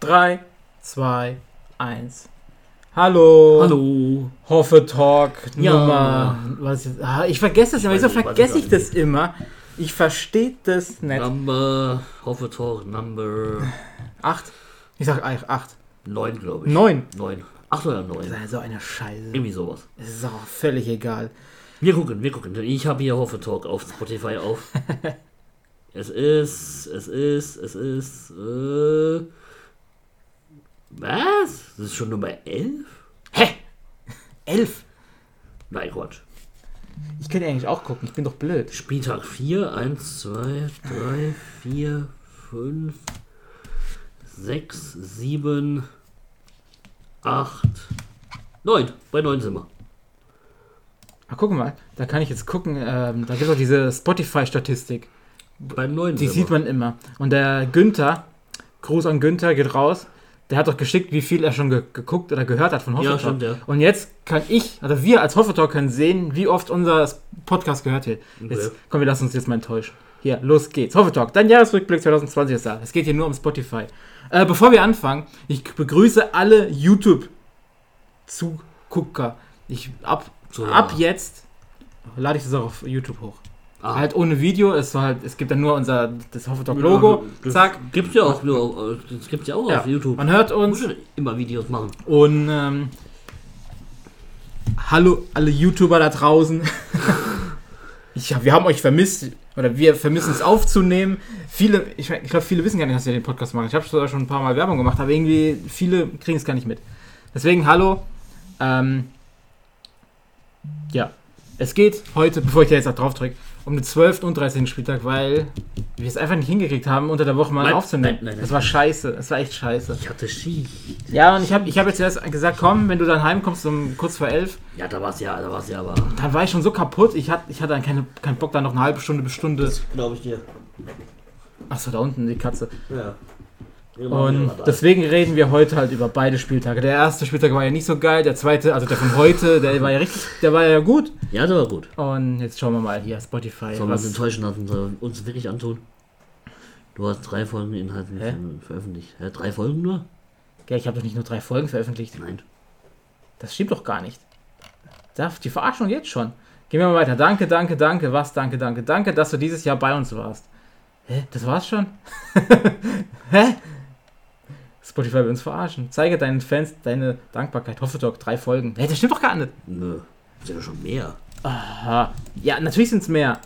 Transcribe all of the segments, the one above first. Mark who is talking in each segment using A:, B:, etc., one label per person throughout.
A: 3, 2, 1. Hallo.
B: Hallo.
A: Hoffe Talk
B: Ja.
A: Nummer. Was jetzt, ah, ich vergesse das immer.
B: weiß
A: Wieso
B: nicht, weiß ich
A: vergesse ich
B: auch
A: das immer? Ich verstehe das nicht.
B: Number, hoffe Talk, Number
A: 8. Ich sag 8.
B: 9, glaube ich.
A: 9.
B: 9. 8 oder
A: Das
B: 9.
A: ist ja so eine Scheiße.
B: Irgendwie sowas.
A: Es ist auch völlig egal.
B: Wir gucken, wir gucken. Ich habe hier Hoffe Talk auf Spotify auf. es ist, es ist, es ist. Äh, was? Das ist schon Nummer 11? Hä?
A: 11.
B: Nein, Quatsch.
A: Ich könnte eigentlich auch gucken. Ich bin doch blöd.
B: Spieltag 4, 1, 2, 3, 4, 5, 6, 7, 8, 9. Bei 9 sind wir.
A: Mal gucken Ah, mal. Da kann ich jetzt gucken. Ähm, da gibt es auch diese Spotify-Statistik.
B: Bei 9
A: Die
B: sind
A: sieht
B: wir.
A: man immer. Und der Günther, Gruß an Günther, geht raus. Der hat doch geschickt, wie viel er schon ge geguckt oder gehört hat von
B: Ja,
A: Hoffetalk.
B: stimmt, ja.
A: Und jetzt kann ich, also wir als Hoffetalk können sehen, wie oft unser Podcast gehört wird. Jetzt,
B: Okay.
A: Komm, wir lassen uns jetzt mal enttäuschen. Hier, los geht's. Hoffetalk, dein Jahresrückblick 2020 ist da. Es geht hier nur um Spotify. Äh, bevor wir anfangen, ich begrüße alle YouTube-Zugucker. Ich ab,
B: Zuhörer.
A: ab jetzt lade ich das auch auf YouTube hoch.
B: Ah,
A: Halt ohne Video, es war halt, es gibt dann nur unser das Hoffetalk Logo.
B: Das
A: Zack.
B: Gibt's ja auch, nur, äh, das gibt's ja auch
A: Ja,
B: auf YouTube.
A: Man hört
B: muss
A: uns
B: ja immer Videos machen.
A: und ähm, hallo alle YouTuber da draußen. ich, hab- wir haben euch vermisst oder wir vermissen es aufzunehmen. Viele, ich, mein, ich glaube, viele wissen gar nicht, dass wir den Podcast machen. Ich habe schon ein paar Mal Werbung gemacht, aber irgendwie viele kriegen es gar nicht mit. Deswegen hallo. Ähm, ja, es geht heute, bevor ich da jetzt noch drauf drücke, um den 12. und 13. Spieltag, weil wir es einfach nicht hingekriegt haben, unter der Woche mal
B: Nein,
A: aufzunehmen.
B: nein, nein,
A: das war scheiße, das war echt scheiße.
B: Ich hatte Ski.
A: Ja, und ich habe ich hab jetzt erst gesagt, komm, wenn du dann heimkommst um kurz vor elf,
B: Ja, da war's ja, da war's ja, aber.
A: dann war ich schon so kaputt, ich hatte, ich hatte dann keine, keinen Bock, dann noch eine halbe Stunde bis Stunde.
B: Glaube ich dir.
A: Achso, da unten die Katze.
B: Ja. Genau, Oh,
A: Und deswegen reden wir heute halt über beide Spieltage. Der erste Spieltag war ja nicht so geil, der zweite, also der von heute, der war ja richtig, der war ja gut.
B: ja, das war gut.
A: Und jetzt schauen wir mal hier, Spotify.
B: Sollen wir uns
A: Was,
B: enttäuschen lassen? Sollen wir uns wirklich antun? Du hast drei Folgen Inhalten
A: Hä?
B: veröffentlicht. Hä, drei Folgen nur?
A: gell, ich habe doch nicht nur drei Folgen veröffentlicht.
B: Nein.
A: Das stimmt doch gar nicht. Darf die Verarschung jetzt schon. Gehen wir mal weiter. Danke, danke, danke. Was? Danke, danke, danke, dass du dieses Jahr bei uns warst. Hä? Das war's schon? Hä? Spotify will uns verarschen. Zeige deinen Fans deine Dankbarkeit. Hoffe doch, drei Folgen. Hä, das stimmt doch gar nicht.
B: Nö. Das sind ja schon mehr.
A: Aha. Ja, natürlich sind's mehr.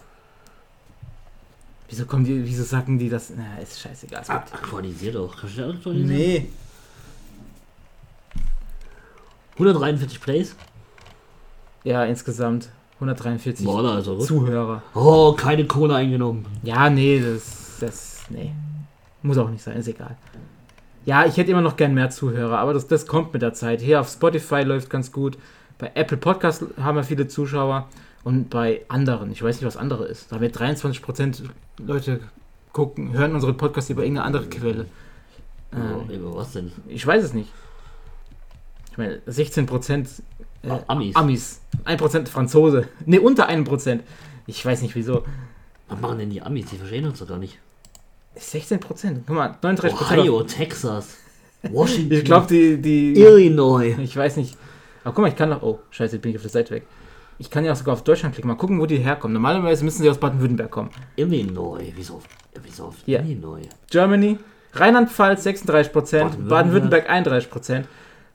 A: Wieso kommen die, wieso sagen die das? Na, ist scheißegal. Es gibt-
B: Aktualisiert auch. Kannst du das aktualisieren?
A: Nee.
B: 143 Plays?
A: Ja, insgesamt 143
B: Boah, da ist er gut.
A: Zuhörer.
B: Oh, keine Kohle eingenommen.
A: Ja, nee, das, das, nee. Muss auch nicht sein, ist egal. Ja, ich hätte immer noch gern mehr Zuhörer, aber das, das kommt mit der Zeit. Hier auf Spotify läuft ganz gut. Bei Apple Podcast haben wir viele Zuschauer und bei anderen, ich weiß nicht, was andere ist. Da haben wir 23% Leute gucken, hören unseren Podcast über irgendeine andere Quelle.
B: Über,
A: Ähm,
B: über was denn?
A: ich weiß es nicht. Ich meine, 16% äh,
B: Ah, Amis.
A: Amis, 1% Franzose. Ne, unter 1%. Ich weiß nicht wieso.
B: Was machen denn die Amis? Die verstehen uns doch gar nicht.
A: 16 Prozent. Guck mal, 39 Prozent.
B: Ohio, Texas, Washington,
A: Ich glaube, die, die.
B: Illinois.
A: Ich weiß nicht. Aber guck mal, ich kann doch. Oh, scheiße, jetzt bin ich auf der Seite weg. Ich kann ja auch sogar auf Deutschland klicken. Mal gucken, wo die herkommen. Normalerweise müssen sie aus Baden-Württemberg kommen.
B: Illinois. Wieso? Wieso? auf
A: Ja.
B: Illinois.
A: Germany, Rheinland-Pfalz 36 Prozent,
B: Baden-Württemberg.
A: Baden-Württemberg 31 Prozent.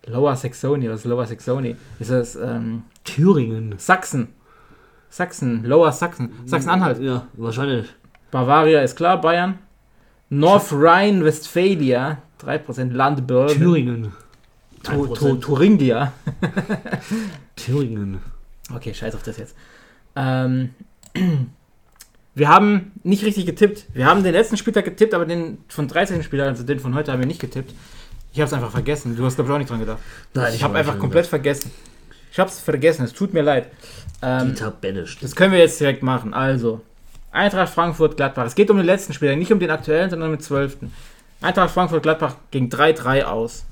A: Lower Saxony, was ist Lower Saxony? Ist das ähm,
B: Thüringen.
A: Sachsen? Sachsen, Lower Sachsen, Sachsen-Anhalt.
B: Ja, wahrscheinlich.
A: Bavaria ist klar, Bayern. North Rhine-Westphalia 3%, Land Berlin.
B: Thüringen.
A: Tu- Tu-
B: 1%.
A: Thuringia.
B: Thüringen.
A: Okay, scheiß auf das jetzt. Ähm, wir haben nicht richtig getippt. Wir haben den letzten Spieltag getippt, aber den von 13. Spieltag, also den von heute, haben wir nicht getippt. Ich habe es einfach vergessen. Du hast, glaube ich, auch nicht dran gedacht.
B: Nein,
A: ich
B: ich
A: habe
B: hab
A: einfach
B: nicht dran
A: komplett vergessen. Ich habe es vergessen. Es tut mir leid. Ähm,
B: Die Tabelle steht.
A: das können wir jetzt direkt machen. Also, Eintracht Frankfurt, Gladbach. Es geht um den letzten Spieltag, nicht um den aktuellen, sondern um den 12. Eintracht Frankfurt, Gladbach ging 3-3 aus.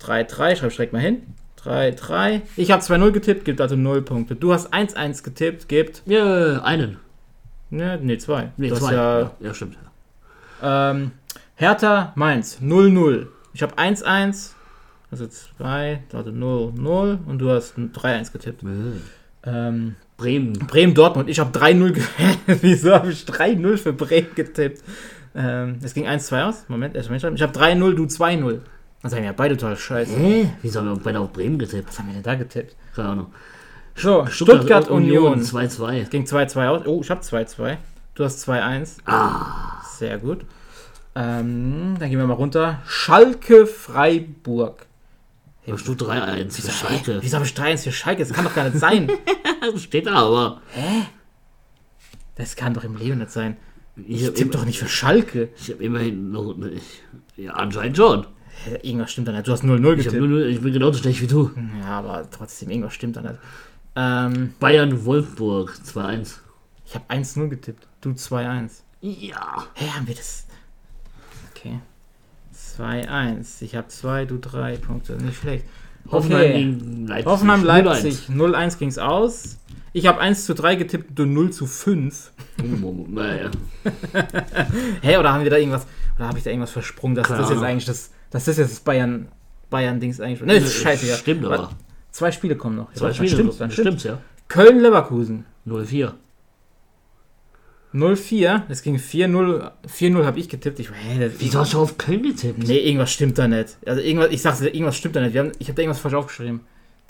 A: 3-3, schreib direkt mal hin. 3-3. Ich habe 2-0 getippt, gibt also 0 Punkte. Du hast 1-1 getippt, gibt.
B: Ja, einen.
A: Ne, nee, 2.
B: Nee,
A: das
B: zwei.
A: Ist ja,
B: ja, stimmt.
A: ähm, Hertha, Mainz, 0-0. Ich habe 1-1, also 2, also 0-0 und du hast 3-1 getippt. Ähm,
B: Bremen.
A: Bremen Dortmund, ich habe 3-0 ge- Wieso habe ich 3-0 für Bremen getippt? Ähm, es ging 1-2 aus. Moment, erst mal schreiben. Ich habe 3-0, du 2-0. Dann sagen wir ja beide total scheiße.
B: Hä? Wieso haben wir beide auf Bremen getippt?
A: Was haben wir denn da getippt?
B: Keine Ahnung.
A: So, Stuttgart, Union.
B: 2-2.
A: Ging 2-2 aus. Oh, ich habe 2-2. Du hast 2-1.
B: Ah,
A: Sehr gut. Ähm, dann gehen wir mal runter. Schalke Freiburg.
B: hast du 3-1 für Schalke.
A: Wieso habe ich 3-1 für Schalke? Das kann doch gar nicht sein.
B: Steht da aber.
A: Das kann doch im Leben nicht sein.
B: Ich,
A: Ich
B: hab
A: tippe
B: immer-
A: doch nicht für Schalke.
B: Ich habe immerhin noch. Ich, ja, anscheinend schon.
A: Hä, Irgendwas stimmt da nicht. Du hast 0-0
B: Ich, hab
A: getippt.
B: nur, nur- ich bin genauso schlecht wie du.
A: Ja, aber trotzdem, irgendwas stimmt da nicht. Ähm,
B: Bayern Wolfsburg 2-1.
A: ich habe 1-0 getippt. Du 2-1.
B: Ja.
A: Hä, haben wir das? Okay. 2-1. Ich habe 2, du 3 Punkte. Nicht schlecht.
B: Hoffenheim
A: Okay.
B: gegen Leipzig.
A: Hoffenheim
B: 0-1.
A: Leipzig 0-1 ging's aus. Ich habe 1 zu 3 getippt, du 0 zu 5.
B: Naja.
A: Hä, oder haben wir da irgendwas, oder habe ich da irgendwas versprungen, dass
B: Keine
A: das jetzt
B: Ahnung.
A: eigentlich das, dass das jetzt das Bayern, Bayern-Dings eigentlich, ne, ist scheißegal.
B: Stimmt aber.
A: Zwei Spiele kommen noch.
B: Zwei
A: dann
B: Spiele.
A: stimmt's, dann
B: Dann
A: stimmt's.
B: stimmt's, ja.
A: Köln-Leverkusen
B: 0-4.
A: 0-4, es ging 4-0, 4-0 habe ich getippt. Ich, hä, das,
B: Wieso hast du auf Köln getippt?
A: Nee, irgendwas stimmt da nicht. Also irgendwas, ich sag's, dir, irgendwas stimmt da nicht. Wir haben, ich habe da irgendwas falsch aufgeschrieben.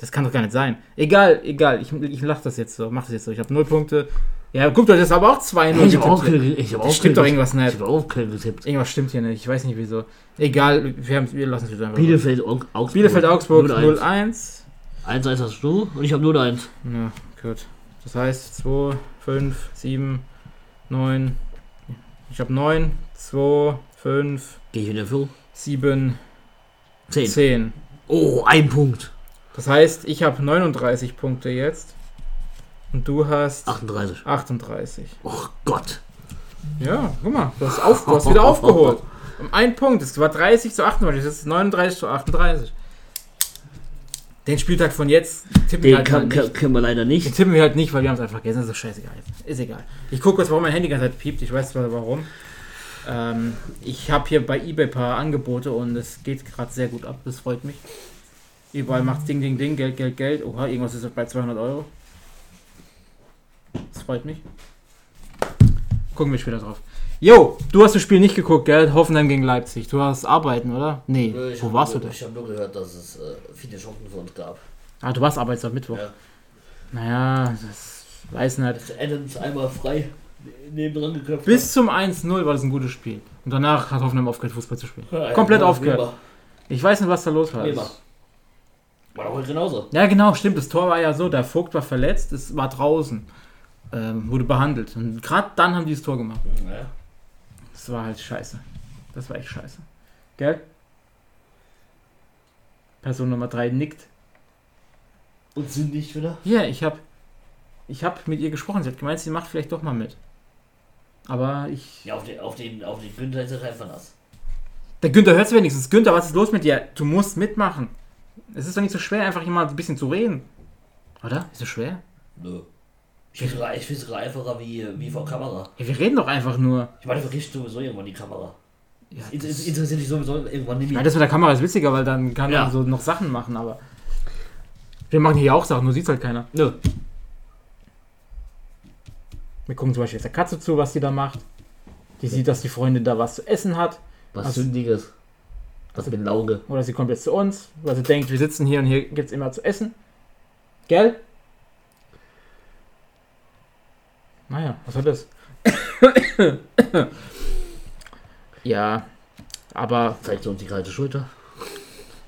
A: Das kann doch gar nicht sein. Egal, egal. Ich, ich lach das jetzt so. Mach das jetzt so. Ich habe null Punkte. Ja, guckt euch das aber auch 2-0.
B: Ich hab
A: getippt.
B: auch Köln getippt. Ich hab auch
A: stimmt doch
B: Köln
A: irgendwas
B: getippt.
A: nicht.
B: Ich hab auch Köln getippt.
A: Irgendwas stimmt hier nicht. Ich weiß nicht wieso. Egal, wir, haben, wir lassen es wieder einfach. so.
B: Bielefeld, Aug- Augsburg.
A: Bielefeld Augsburg
B: 0-1.
A: 0-1.
B: 1-1 hast du und ich habe 0-1.
A: Na, gut. Das heißt 2, 5, 7, 9. Ich habe 9, 2, 5,
B: Gehe ich in der Führung?
A: 7,
B: 10.
A: 10.
B: Oh, ein Punkt.
A: Das heißt, ich habe 39 Punkte jetzt. Und du hast
B: 38.
A: 38.
B: Oh Gott.
A: Ja, guck mal, du hast, auf, du hast wieder aufgeholt. Um einen Punkt. Es war 30 zu 38, jetzt ist es 39 zu 38. Den Spieltag von jetzt tippen wir
B: Den
A: halt mal
B: kann,
A: nicht.
B: kann, können wir leider
A: Den
B: nicht.
A: tippen wir halt nicht, weil wir haben es einfach vergessen. Das ist scheißegal. jetzt. Ist egal. Ich gucke kurz, warum mein Handy die ganze Zeit piept. Ich weiß zwar warum. Ähm, ich habe hier bei eBay ein paar Angebote und es geht gerade sehr gut ab. Das freut mich. Überall macht's Ding, Ding, Ding, Geld, Geld, Geld. Oha, irgendwas ist bei 200 Euro. Das freut mich. Gucken wir später drauf. Jo, du hast das Spiel nicht geguckt, gell? Hoffenheim gegen Leipzig. Du hast arbeiten, oder? Nee, wo warst du denn?
C: Ich habe nur gehört, dass es äh, viele Schocken für uns gab.
A: Ah, du warst arbeits am Mittwoch.
C: Ja.
A: Naja, das weiß nicht.
C: Als Adams einmal frei nebendran geköpft
A: Bis zum 1-0 war das ein gutes Spiel. Und danach hat Hoffenheim aufgehört, Fußball zu spielen.
C: hat. Ja,
A: komplett
C: ja,
A: aufgehört.
C: Weber.
A: Ich weiß nicht, was da los war.
C: Weber. War doch heute genauso.
A: Ja, genau, stimmt. Das Tor war ja so, der Vogt war verletzt, es war draußen. Ähm, wurde behandelt. Und gerade dann haben die das Tor gemacht.
C: Ja.
A: Das war halt scheiße. Das war echt scheiße. Gell? Person Nummer 3 nickt.
C: Und sind nicht wieder?
A: Ja, ich hab. Ich hab mit ihr gesprochen. Sie hat gemeint, sie macht vielleicht doch mal mit. Aber ich.
C: Ja, auf den, auf den, auf den Günther ist er einfach nass.
A: Der Günther hört es wenigstens. Günther, was ist los mit dir? Du musst mitmachen. Es ist doch nicht so schwer, einfach jemand ein bisschen zu reden. Oder? Ist es schwer?
C: Nö. Ich finde sogar, ich find's sogar einfacher wie, wie vor Kamera.
A: Ja, wir reden doch einfach nur.
C: Ich meine, vergisst sowieso irgendwann die Kamera.
A: Ja,
C: Es-
A: das,
C: es Interessiert dich sowieso irgendwann nicht
A: ja,
C: mehr.
A: das mit der Kamera ist witziger, weil dann kann
B: Ja.
A: man so noch Sachen machen, aber. Wir machen hier auch Sachen, nur sieht halt keiner.
B: Nö.
A: Wir gucken zum Beispiel jetzt der Katze zu, was die da macht. Die sieht, dass die Freundin da was zu essen hat.
B: Was
A: Also-
B: Sündiges. Was mit Lauge.
A: Oder sie kommt jetzt zu uns, weil sie denkt, wir sitzen hier und hier gibt's immer zu essen. Gell? Naja, was soll das? ja, aber
B: Zeigt sie uns die kalte Schulter.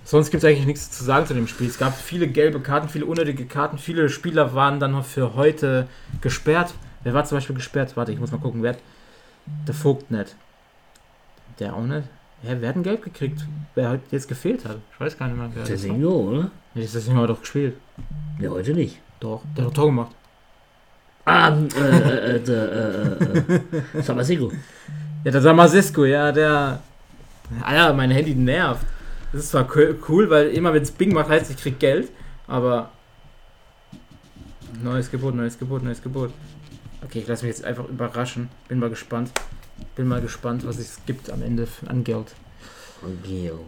A: sonst gibt's eigentlich nichts zu sagen zu dem Spiel. Es gab viele gelbe Karten, viele unnötige Karten. Viele Spieler waren dann noch für heute gesperrt. Wer war zum Beispiel gesperrt? Warte, ich muss mal gucken. Wer hat der Vogt nicht? Der auch nicht? Ja, wer hat denn gelb gekriegt? Wer heute jetzt gefehlt hat? Ich weiß gar nicht mehr. Wer das war.
B: Tessingo, oder?
A: Nee, das Ding haben wir doch gespielt.
B: Ja, heute nicht.
A: Doch. Der hat doch Tor gemacht.
B: Ah, äh, äh, äh, äh, äh, äh. Samasingo.
A: Ja, der Samasisco, ja, der. Alter, mein Handy nervt. Das ist zwar co- cool, weil immer wenn es Bing macht, heißt es, ich krieg Geld, aber. Neues Gebot, neues Gebot, neues Gebot. Okay, ich lasse mich jetzt einfach überraschen. Bin mal gespannt. Bin mal gespannt, was es gibt am Ende an Geld.
B: Oh, Geo.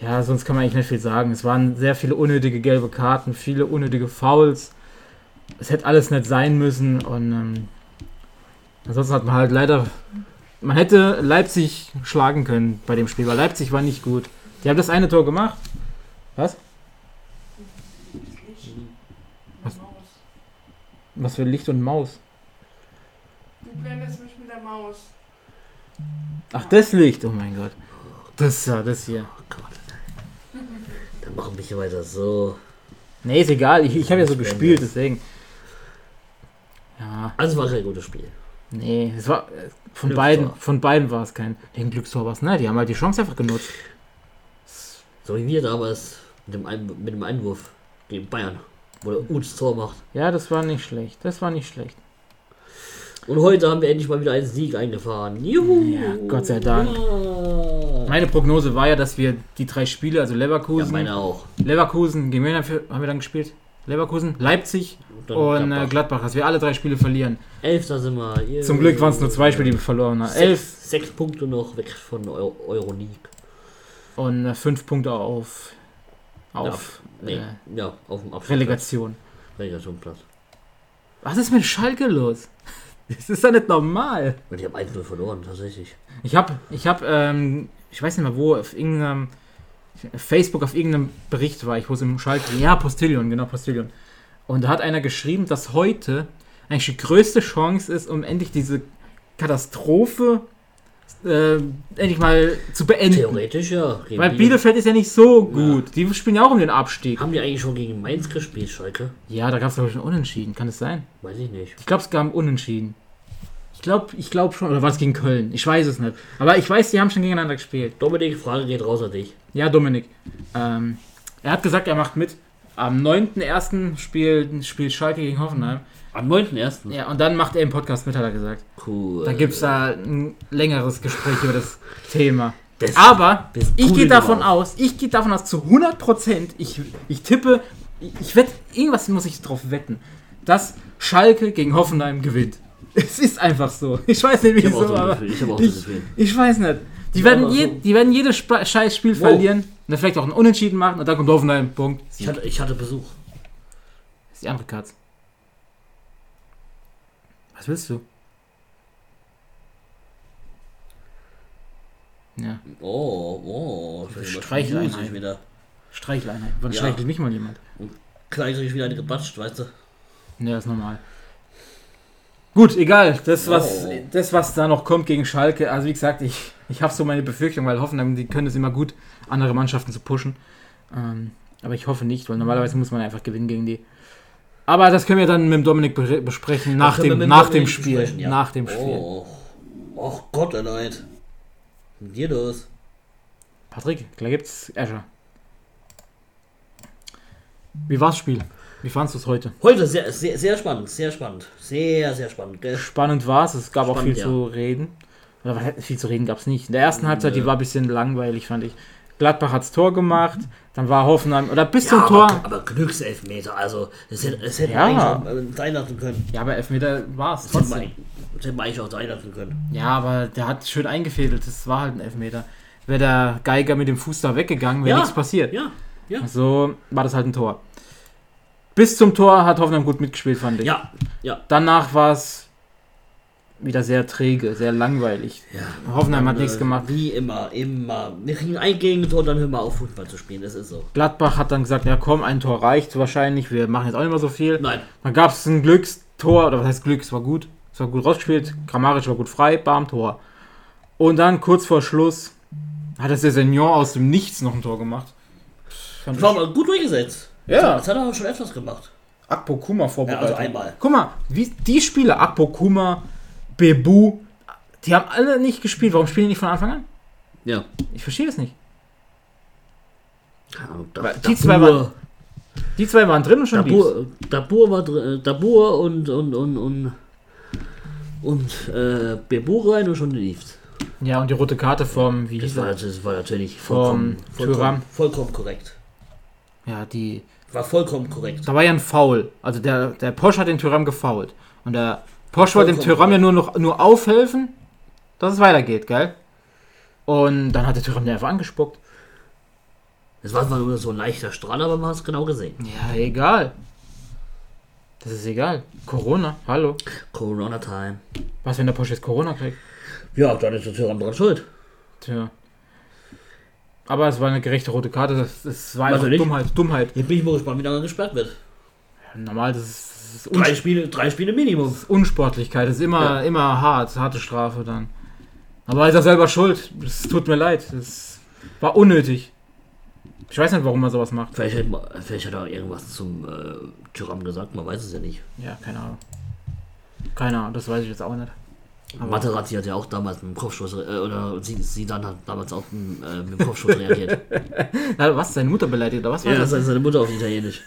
A: Ja, sonst kann man eigentlich nicht viel sagen. Es waren sehr viele unnötige gelbe Karten, viele unnötige Fouls. Es hätte alles nicht sein müssen und ähm, ansonsten hat man halt leider. Man hätte Leipzig schlagen können bei dem Spiel, weil Leipzig war nicht gut. Die haben das eine Tor gemacht. Was?
D: Mhm.
A: Was, was für Licht und Maus?
D: Du blendest mich mit der Maus.
A: Ach, das Licht, oh mein Gott. Das ja, das hier.
B: Oh Gott. Dann machen wir hier weiter so.
A: Nee, ist egal, ich, ich habe ja so gespielt, deswegen. Ja,
B: Also war kein gutes Spiel.
A: nee, es war äh, von
B: Glückstor.
A: beiden, von beiden war es kein den Glückstor was, ne? Die haben halt die Chance einfach genutzt.
B: So wie wir damals mit dem, Ein mit dem Einwurf gegen Bayern, wo der Uts Tor macht.
A: Ja, das war nicht schlecht. Das war nicht schlecht.
B: Und heute haben wir endlich mal wieder einen Sieg eingefahren. Juhu! Ah.
A: Ja, Gott sei Dank.
B: Ja,
A: Meine Prognose war ja, dass wir die drei Spiele, also
B: ja
A: Leverkusen,
B: meine auch.
A: Leverkusen, gegen wen haben wir- haben wir dann gespielt? Leverkusen, Leipzig
B: dann
A: und
B: Gladbach.
A: Gladbach. Gladbach, dass wir alle drei Spiele verlieren.
B: Elfter sind wir. Juhu.
A: Zum Glück waren es nur zwei Spiele, die wir verloren haben.
B: Sechs,
A: Elf
B: sechs Punkte noch weg von Eu Euroleague.
A: und äh, fünf Punkte auf, auf
B: Nee,
A: äh,
B: ja, auf dem Abschluss.
A: Relegation.
B: Relegationsplatz.
A: Was ist mit Schalke los? Das ist doch nicht normal.
B: Und die haben 1-0 verloren, tatsächlich.
A: Ich hab, ich hab, ähm, ich weiß nicht mal wo, auf irgendeinem Facebook, auf irgendeinem Bericht war ich, wo es im Schalke, ja, Postillion, genau, Postillion. Und da hat einer geschrieben, dass heute eigentlich die größte Chance ist, um endlich diese Katastrophe äh, endlich mal zu beenden.
B: Theoretisch ja. gegen
A: Weil
B: Bielefeld.
A: Bielefeld ist ja nicht so gut. Die spielen ja auch um den Abstieg.
B: Haben die eigentlich schon gegen Mainz gespielt, Schalke?
A: Ja, da gab es, glaube ich, ein Unentschieden. Kann es sein?
B: Weiß ich nicht.
A: Ich glaube, es gab ein Unentschieden. Ich glaube ich glaub schon, oder war es gegen Köln? Ich weiß es nicht. Aber ich weiß, die haben schon gegeneinander gespielt.
B: Dominik, Frage geht raus an dich.
A: Ja, Dominik. Ähm, er hat gesagt, er macht mit. Am 9.1. spielt, spielt Schalke gegen Hoffenheim.
B: Am 9.1.
A: Ja, und dann macht er im Podcast mit, hat er gesagt.
B: Cool.
A: Dann gibt es da ein längeres Gespräch über das Thema.
B: Das-
A: Aber
B: das ist
A: ich
B: cool
A: gehe davon
B: drauf.
A: aus, ich gehe davon aus, zu 100 Prozent, ich, ich tippe, ich, ich wette, irgendwas muss ich drauf wetten, dass Schalke gegen Hoffenheim gewinnt. Es ist einfach so. Ich weiß nicht,
B: Ich habe auch
A: wieso,
B: so ein
A: aber
B: Gefühl. Ich habe auch so ein
A: ich,
B: Gefühl.
A: ich weiß nicht. Die
B: Ja,
A: werden,
B: aber
A: je,
B: so.
A: die werden jedes Sp- scheiß Spiel verlieren und dann vielleicht auch einen Unentschieden machen und dann kommt Hoffenheim, Punkt.
B: Ich hatte, ich hatte Besuch.
A: Das ist die andere Katz. Was willst du? Ja,
B: Oh, oh.
A: Diese
B: ich bin
A: Streicheleinheit.
B: mal schon wieder.
A: Streicheleinheit. Wann
B: Ja.
A: streichelt mich mal jemand?
B: Gleich ich wieder eine gebatscht, weißt du?
A: Ne, ist normal. Gut, egal. Das was,
B: Oh.
A: das, was da noch kommt gegen Schalke, also wie gesagt, ich, ich habe so meine Befürchtung, weil Hoffenheim, die können es immer gut, andere Mannschaften zu pushen. Ähm, aber ich hoffe nicht, weil normalerweise muss man einfach gewinnen gegen die. Aber das können wir dann mit dem Dominik be- besprechen, nach
B: können wir
A: dem,
B: mit
A: nach dem
B: Dominik
A: Spiel.
B: besprechen, ja.
A: Nach dem Spiel.
B: Oh. Och Gott, erneut. Mit dir los.
A: Patrick, klar gibt's Azure. Wie war's Spiel? Wie fandst du es heute?
B: Heute sehr, sehr, sehr spannend, sehr spannend. Sehr, sehr spannend. Gell?
A: Spannend Mm, war's, es gab auch
B: Spannend,
A: viel
B: ja.
A: zu reden. Oder was- viel zu reden gab's nicht. In der ersten Halbzeit, die war ein bisschen langweilig, fand ich. Gladbach hat's Tor gemacht, dann war Hoffenheim, oder bis zum
B: aber,
A: Tor.
B: aber Glückselfmeter, also es hätte, es hätte
A: Ja.
B: eigentlich auch äh, sein lassen können.
A: Ja, aber Elfmeter war's
B: Es hätte, man,
A: trotzdem.
B: eigentlich- es hätte man eigentlich auch sein lassen können.
A: Ja, aber der hat schön eingefädelt, das war halt ein Elfmeter. Wäre der Geiger mit dem Fuß da weggegangen, wäre
B: Ja.
A: nichts passiert.
B: Ja,
A: So war das halt ein Tor. Bis zum Tor hat Hoffenheim gut mitgespielt, fand ich.
B: ja, ja.
A: Danach war es wieder sehr träge, sehr langweilig. Hoffenheim hat
B: Äh,
A: nichts gemacht.
B: Wie immer, immer. Wir kriegen ein Gegentor, dann hören wir auf, Fußball zu spielen. Das ist so.
A: Gladbach hat dann gesagt, ja komm, ein Tor reicht wahrscheinlich, wir machen jetzt auch nicht mehr so viel.
B: Nein,
A: Dann gab es ein Glückstor, oder was heißt Glück, es war gut. Es war gut rausgespielt, Kramaric war gut frei, bam, Tor. Und dann kurz vor Schluss hat der Senior aus dem Nichts noch ein Tor gemacht. Fand
B: das war
A: ich-
B: mal gut durchgesetzt.
A: Ja.
B: Das hat er auch schon öfters gemacht.
A: Akpo Kuma
B: Ja,
A: vorbereitet.
B: also einmal.
A: Guck mal, wie, die Spieler, Akpo Kuma, Bebu, die haben alle nicht gespielt. Warum spielen die nicht von Anfang an?
B: Ja.
A: Ich verstehe das nicht.
B: Keine Ahnung, da,
A: Weil
B: da,
A: die zwei waren- Die zwei waren drin und schon lief's.
B: Dabur, Dabur war dr- äh, Dabur und und und und und äh, Bebur rein und schon lief's.
A: Ja, und die rote Karte vom, wie
B: Das
A: hieß
B: war,
A: er?
B: das war natürlich vollkommen,
A: Vom
B: vollkommen,
A: Thuram.
B: vollkommen korrekt.
A: Ja, die.
B: War vollkommen korrekt.
A: Da war ja ein Foul. Also der, der Posch hat den Tyram gefoult. Und der Posch wollte dem
B: Vollkommen
A: Tyram ja nur noch nur aufhelfen, dass es weitergeht, gell? Und dann hat der Tyrann einfach angespuckt.
B: Es war zwar nur so ein leichter Strahl, aber man hat es genau gesehen.
A: Ja, egal. Das ist egal. Corona, hallo.
B: Corona Time.
A: Was, wenn der Porsche jetzt Corona kriegt?
B: Ja, dann ist der Tyrann dran schuld.
A: Tja. Aber es war eine gerechte rote Karte. Das, das war
B: Also
A: einfach
B: nicht?
A: Dummheit. Dummheit.
B: Jetzt bin ich mal gespannt, wie lange er gesperrt wird.
A: Normal, das ist, das ist
B: Drei Spiele, drei Spiele Minimum.
A: Unsportlichkeit ist immer,
B: Ja.
A: immer hart, harte Strafe dann. Aber ist er selber schuld. Es tut mir leid. Es war unnötig. Ich weiß nicht, warum man sowas macht.
B: Vielleicht, hätte man- vielleicht hat er irgendwas zum äh, Tyrann gesagt, man weiß es ja nicht.
A: Ja, keine Ahnung. Keine Ahnung, das weiß ich jetzt auch nicht. Aber-
B: Materazzi hat ja auch damals mit dem Kopfschuss, re- äh, oder sie, sie dann hat damals auch mit, äh, mit dem Kopfschuss reagiert.
A: Na, was? Seine Mutter beleidigt oder was war
B: ja, das
A: das?
B: ist seine Mutter auf Italienisch.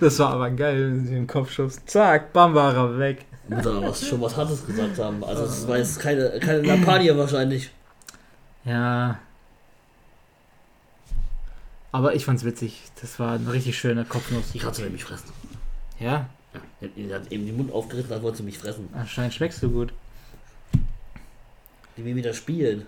A: Das war aber geil, den Kopfschuss. Zack, bam, war er weg.
B: Muss er was, schon was Hartes gesagt haben. Also es war jetzt keine, keine Lappanie wahrscheinlich.
A: Ja. Aber ich fand's witzig. Das war eine richtig schöne Kopfnuss.
B: Die Katze will mich fressen.
A: Ja,
B: Ja. Er hat eben den Mund aufgerissen, dann wollte sie mich fressen.
A: anscheinend schmeckst du gut.
B: Die will wieder spielen.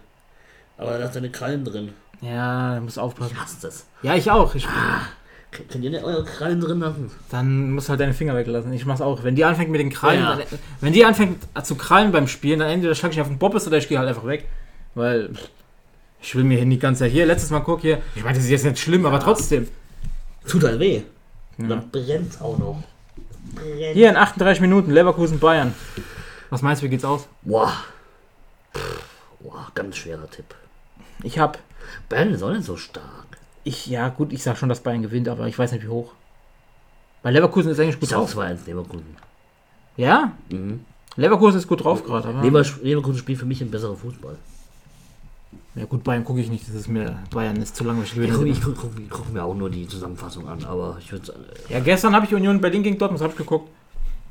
B: Aber da hat seine Krallen drin.
A: Ja, muss
B: Ich
A: aufpassen.
B: hasse das.
A: Ja, ich auch. Ich,
B: K- Könnt ihr nicht eure Krallen drin lassen?
A: dann musst du halt deine Finger weglassen. Ich mach's auch. Wenn die anfängt mit den Krallen,
B: Ja.
A: dann, wenn die anfängt äh, zu krallen beim Spielen, dann entweder schlage ich auf den Bobbes oder ich gehe halt einfach weg. Weil pff, ich will mir hier nicht ganz hier. Letztes Mal guck hier. Ich meine, das ist jetzt nicht schlimm, aber trotzdem.
B: Tut halt weh. Und
A: Ja.
B: dann brennt auch noch. Brennt.
A: Hier in 38 Minuten Leverkusen Bayern. Was meinst du, wie geht's aus?
B: Boah. Pff, Boah, ganz schwerer Tipp.
A: Ich hab
B: Bayern ist auch nicht so stark.
A: ich ja gut, ich sag schon, dass Bayern gewinnt, aber ich weiß nicht wie hoch. Weil Leverkusen ist eigentlich
B: Ich
A: gut
B: sag
A: drauf.
B: 2-1 Leverkusen.
A: Ja?
B: Mhm.
A: Leverkusen ist gut drauf gerade, aber
B: Lever Leverkusen spielt für mich einen besseren Fußball.
A: ja gut, Bayern gucke ich nicht, das ist mir Bayern ist zu langweilig
B: Ich gucke
A: gewesen.
B: guck, guck, guck mir auch nur die Zusammenfassung an, aber ich äh, würde sagen,
A: Ja, gestern habe ich Union Berlin gegen Dortmund das hab ich geguckt.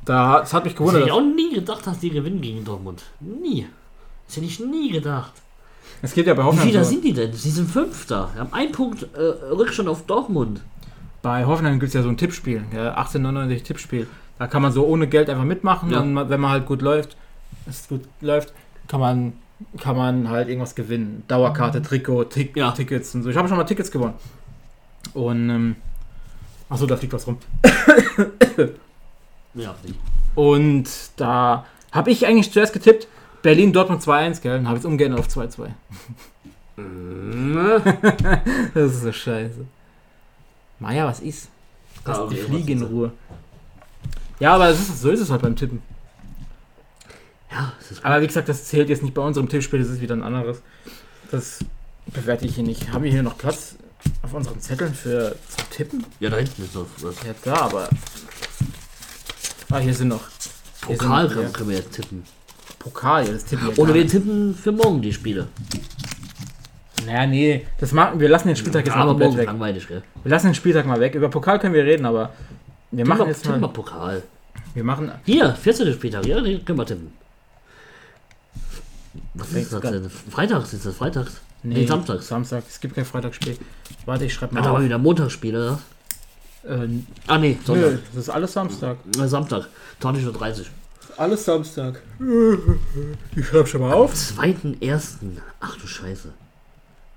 A: Da das hat mich
B: Das hätte
A: gewundert.
B: ich auch nie gedacht, dass die gewinnen gegen Dortmund. Nie. Das hätte ich also nie gedacht.
A: Es geht ja bei
B: Wie viele
A: Hoffenheim. So.
B: sind die denn? Sie sind Fünfter. Wir haben einen Punkt äh, Rückstand auf Dortmund.
A: Bei Hoffenheim gibt es ja so ein Tippspiel, ja, 1899 Tippspiel. Da kann man so ohne Geld einfach mitmachen
B: Ja.
A: und ma- wenn man halt gut läuft, es gut läuft, kann man kann man halt irgendwas gewinnen. Dauerkarte, Trikot, Tick,
B: Ja.
A: Tickets und so. Ich habe schon mal Tickets gewonnen. Und ähm, achso, da fliegt was rum.
B: Ja, nicht.
A: Und da habe ich eigentlich zuerst getippt, Berlin Dortmund 2-1, gell? Und habe jetzt umgeändert auf 2-2.
B: Kann
A: Das ist so scheiße. Maja, was ist?
B: Ah,
A: Lass die Fliege in Ruhe. Ja, aber das ist, so ist es halt beim Tippen.
B: Ja, es ist
A: Aber wie gesagt, das zählt jetzt nicht bei unserem Tippspiel, das ist wieder ein anderes. Das bewerte ich hier nicht. Haben wir hier noch Platz auf unseren Zetteln für zu tippen?
B: ja, da hinten ist noch was.
A: Ja, da, aber. Ah, hier sind noch Hier sind-
B: Pokal
A: ja.
B: können, können wir jetzt tippen.
A: Pokal, ja, das tippen wir.
B: Oder
A: gar
B: wir tippen für morgen die Spiele.
A: nicht. Naja, nee, das machen wir. lassen den Spieltag jetzt mal
B: aber
A: komplett
B: morgen
A: weg.
B: langweilig, gell?
A: Wir lassen den Spieltag mal weg. Über Pokal können wir reden, aber wir machen
B: Tippen
A: jetzt
B: tippen
A: mal.
B: Pokal.
A: Wir machen.
B: Hier, 14. Spieltag, ja, den können wir tippen. Was ist das
A: Ganz-
B: denn? Freitags ist das, Freitags? Nee,
A: Nee,
B: Samstags.
A: Samstag. Es gibt kein Freitagsspiel. Warte, ich schreibe
B: Ja, da war
A: mal.
B: wieder Montagsspiele, oder?
A: Auf. Äh, nö,
B: Ah, nee, Sonntag.
A: das ist alles Samstag.
B: Na, Samstag, 20.30 Uhr.
A: Alles Samstag. Ich schreibe schon mal auf.
B: 2.1. Ach du Scheiße.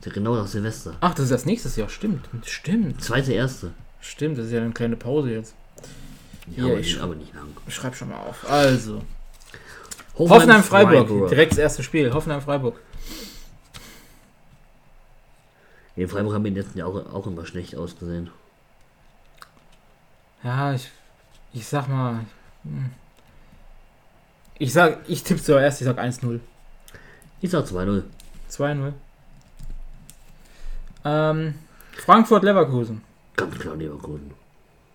B: Ist ja genau nach Silvester.
A: Ach, das ist das nächstes Jahr, stimmt. Stimmt,
B: 2.1.
A: stimmt, das ist ja eine kleine Pause jetzt.
B: Ja,
A: Ja,
B: aber,
A: ich-
B: nicht, aber nicht lang.
A: Ich schreib schon mal auf. Also.
B: Hoffenheim,
A: Hoffenheim-Freiburg, direkt das erste Spiel. Hoffenheim-Freiburg.
B: Nee, Freiburg haben in den letzten Jahren auch, auch immer schlecht ausgesehen.
A: Ja, ich, ich sag mal. hm. Ich sag, ich tippe zuerst, ich sag 1-0.
B: Ich sag 2-0.
A: 2-0. Ähm, Frankfurt-Leverkusen.
B: Ganz klar Leverkusen.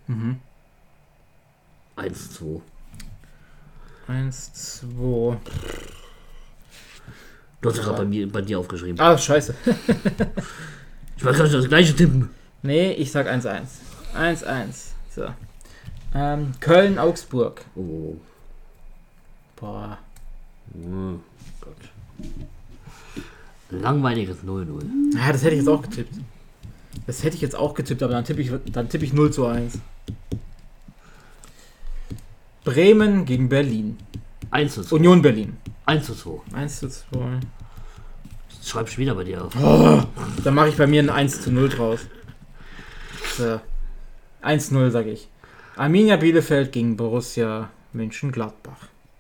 A: Mhm.
B: 1-2.
A: 1, 2.
B: Du hast ja gerade bei, mir- bei dir aufgeschrieben.
A: Ah, scheiße.
B: Ich weiß gar nicht, das gleiche tippen.
A: Nee, ich sag 1-1. 1-1. So. Ähm, Köln-Augsburg.
B: Oh, oh,
A: Boah.
B: oh. Hm, Gott. Langweiliges 0-0.
A: Ja, das hätte ich jetzt auch getippt. Das hätte ich jetzt auch getippt, aber dann tippe ich, dann tippe ich 0 zu 1. Bremen gegen Berlin.
B: 1-2.
A: Union Berlin.
B: 1-2.
A: 1 zu 2.
B: Jetzt schreib ich wieder bei dir auf.
A: Dann mache ich bei mir ein 1 zu 0 draus. So. 1 0, sage ich. Arminia Bielefeld gegen Borussia Mönchengladbach.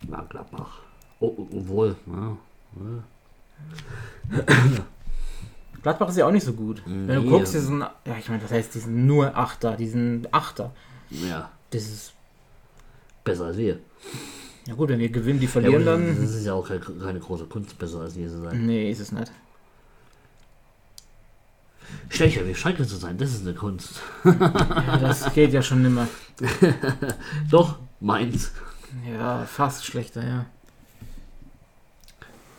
B: Na, Gladbach. Oh, oh, obwohl. Ja.
A: Gladbach ist ja auch nicht so gut. Wenn du
B: Nee. also
A: guckst, die sind, ja, ich meine, was heißt, die sind nur Achter, die sind Achter.
B: ja.
A: Das ist,
B: Besser als wir.
A: ja gut, wenn wir gewinnen, die
B: Ja,
A: verlieren,
B: aber
A: dann.
B: Das ist ja auch keine, keine große Kunst, besser als wir zu sein.
A: Nee, ist es nicht.
B: Stell dich ja, wie Schalke zu sein, das ist eine Kunst.
A: Ja, das geht ja schon nimmer.
B: Doch, meins.
A: Ja, fast schlechter,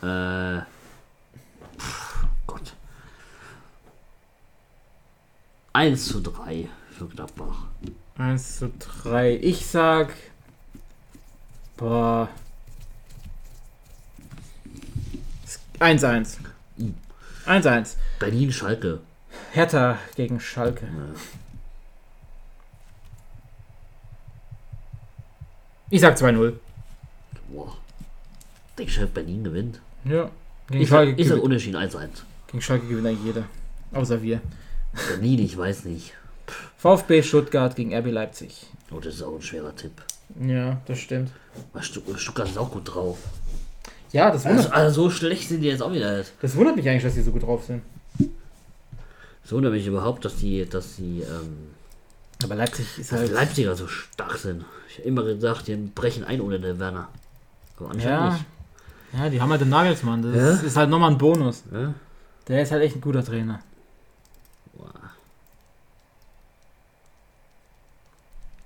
A: ja.
B: Äh. pff, Gott. 1 zu 3 für Gladbach.
A: 1 zu 3. Ich sag. Boah. 1-1. 1-1.
B: Berlin-Schalke.
A: Hertha gegen Schalke. Ich sag 2-0.
B: Boah. Ich denke, Berlin gewinnt.
A: Ja. Gegen,
B: Ich
A: Schalke
B: sag, ich sag
A: gewinnt,
B: Unentschieden 1-1.
A: gegen Schalke gewinnt eigentlich jeder. Außer wir.
B: Berlin, ich weiß nicht.
A: VfB Stuttgart gegen RB Leipzig.
B: Oh, das ist auch ein schwerer Tipp.
A: Ja, das stimmt.
B: Weil Stu- Stuttgart ist auch gut drauf.
A: Ja, das
B: Also,
A: wundert,
B: also so schlecht sind die jetzt auch wieder nicht.
A: das wundert mich eigentlich, dass die so gut drauf sind.
B: So wundert mich überhaupt, dass die, dass die, ähm,
A: Aber Leipzig ist
B: dass
A: halt.
B: die Leipziger so stark sind. Ich habe immer gedacht, die brechen ein ohne den Werner. Aber anscheinend
A: Ja. Ja, die haben halt den Nagelsmann. Das
B: Ja?
A: ist- ist halt nochmal ein Bonus.
B: nicht. Ja?
A: Der ist halt echt ein guter Trainer.
B: Boah.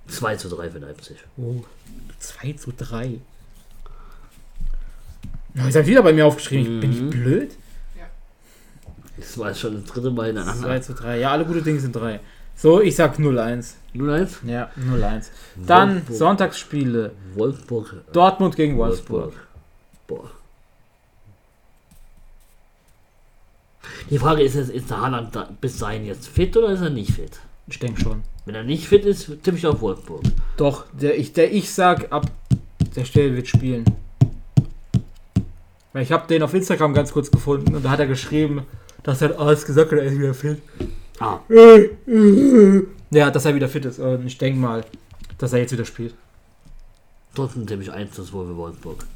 B: 2 zu 3 für Leipzig.
A: Oh, 2 zu 3. Na, ist halt wieder bei mir aufgeschrieben. Ich, bin ich blöd?
B: Das war jetzt schon das dritte Mal hintereinander.
A: 2 zu 3. Ja, alle gute Dinge sind 3. So, ich sag 0-1.
B: 0-1.
A: Ja, 0-1. Dann
B: Wolfsburg.
A: Sonntagsspiele.
B: Wolfsburg. äh,
A: Dortmund gegen Wolfsburg.
B: Boah. Die Frage ist jetzt, ist der Haaland da, bis dahin jetzt fit oder ist er nicht fit?
A: Ich denke schon.
B: Wenn er nicht fit ist, tippe ich auf Wolfsburg.
A: Doch, der ich, der ich sag, ab der Stelle wird spielen. Weil ich habe den auf Instagram ganz kurz gefunden und da hat er geschrieben, dass er alles gesagt hat, er ist wieder fit.
B: Ah,
A: Ja, dass er wieder fit ist. Und ich denke mal, dass er jetzt wieder spielt.
B: trotzdem tippe ich 1 zu 2 für Wolfsburg.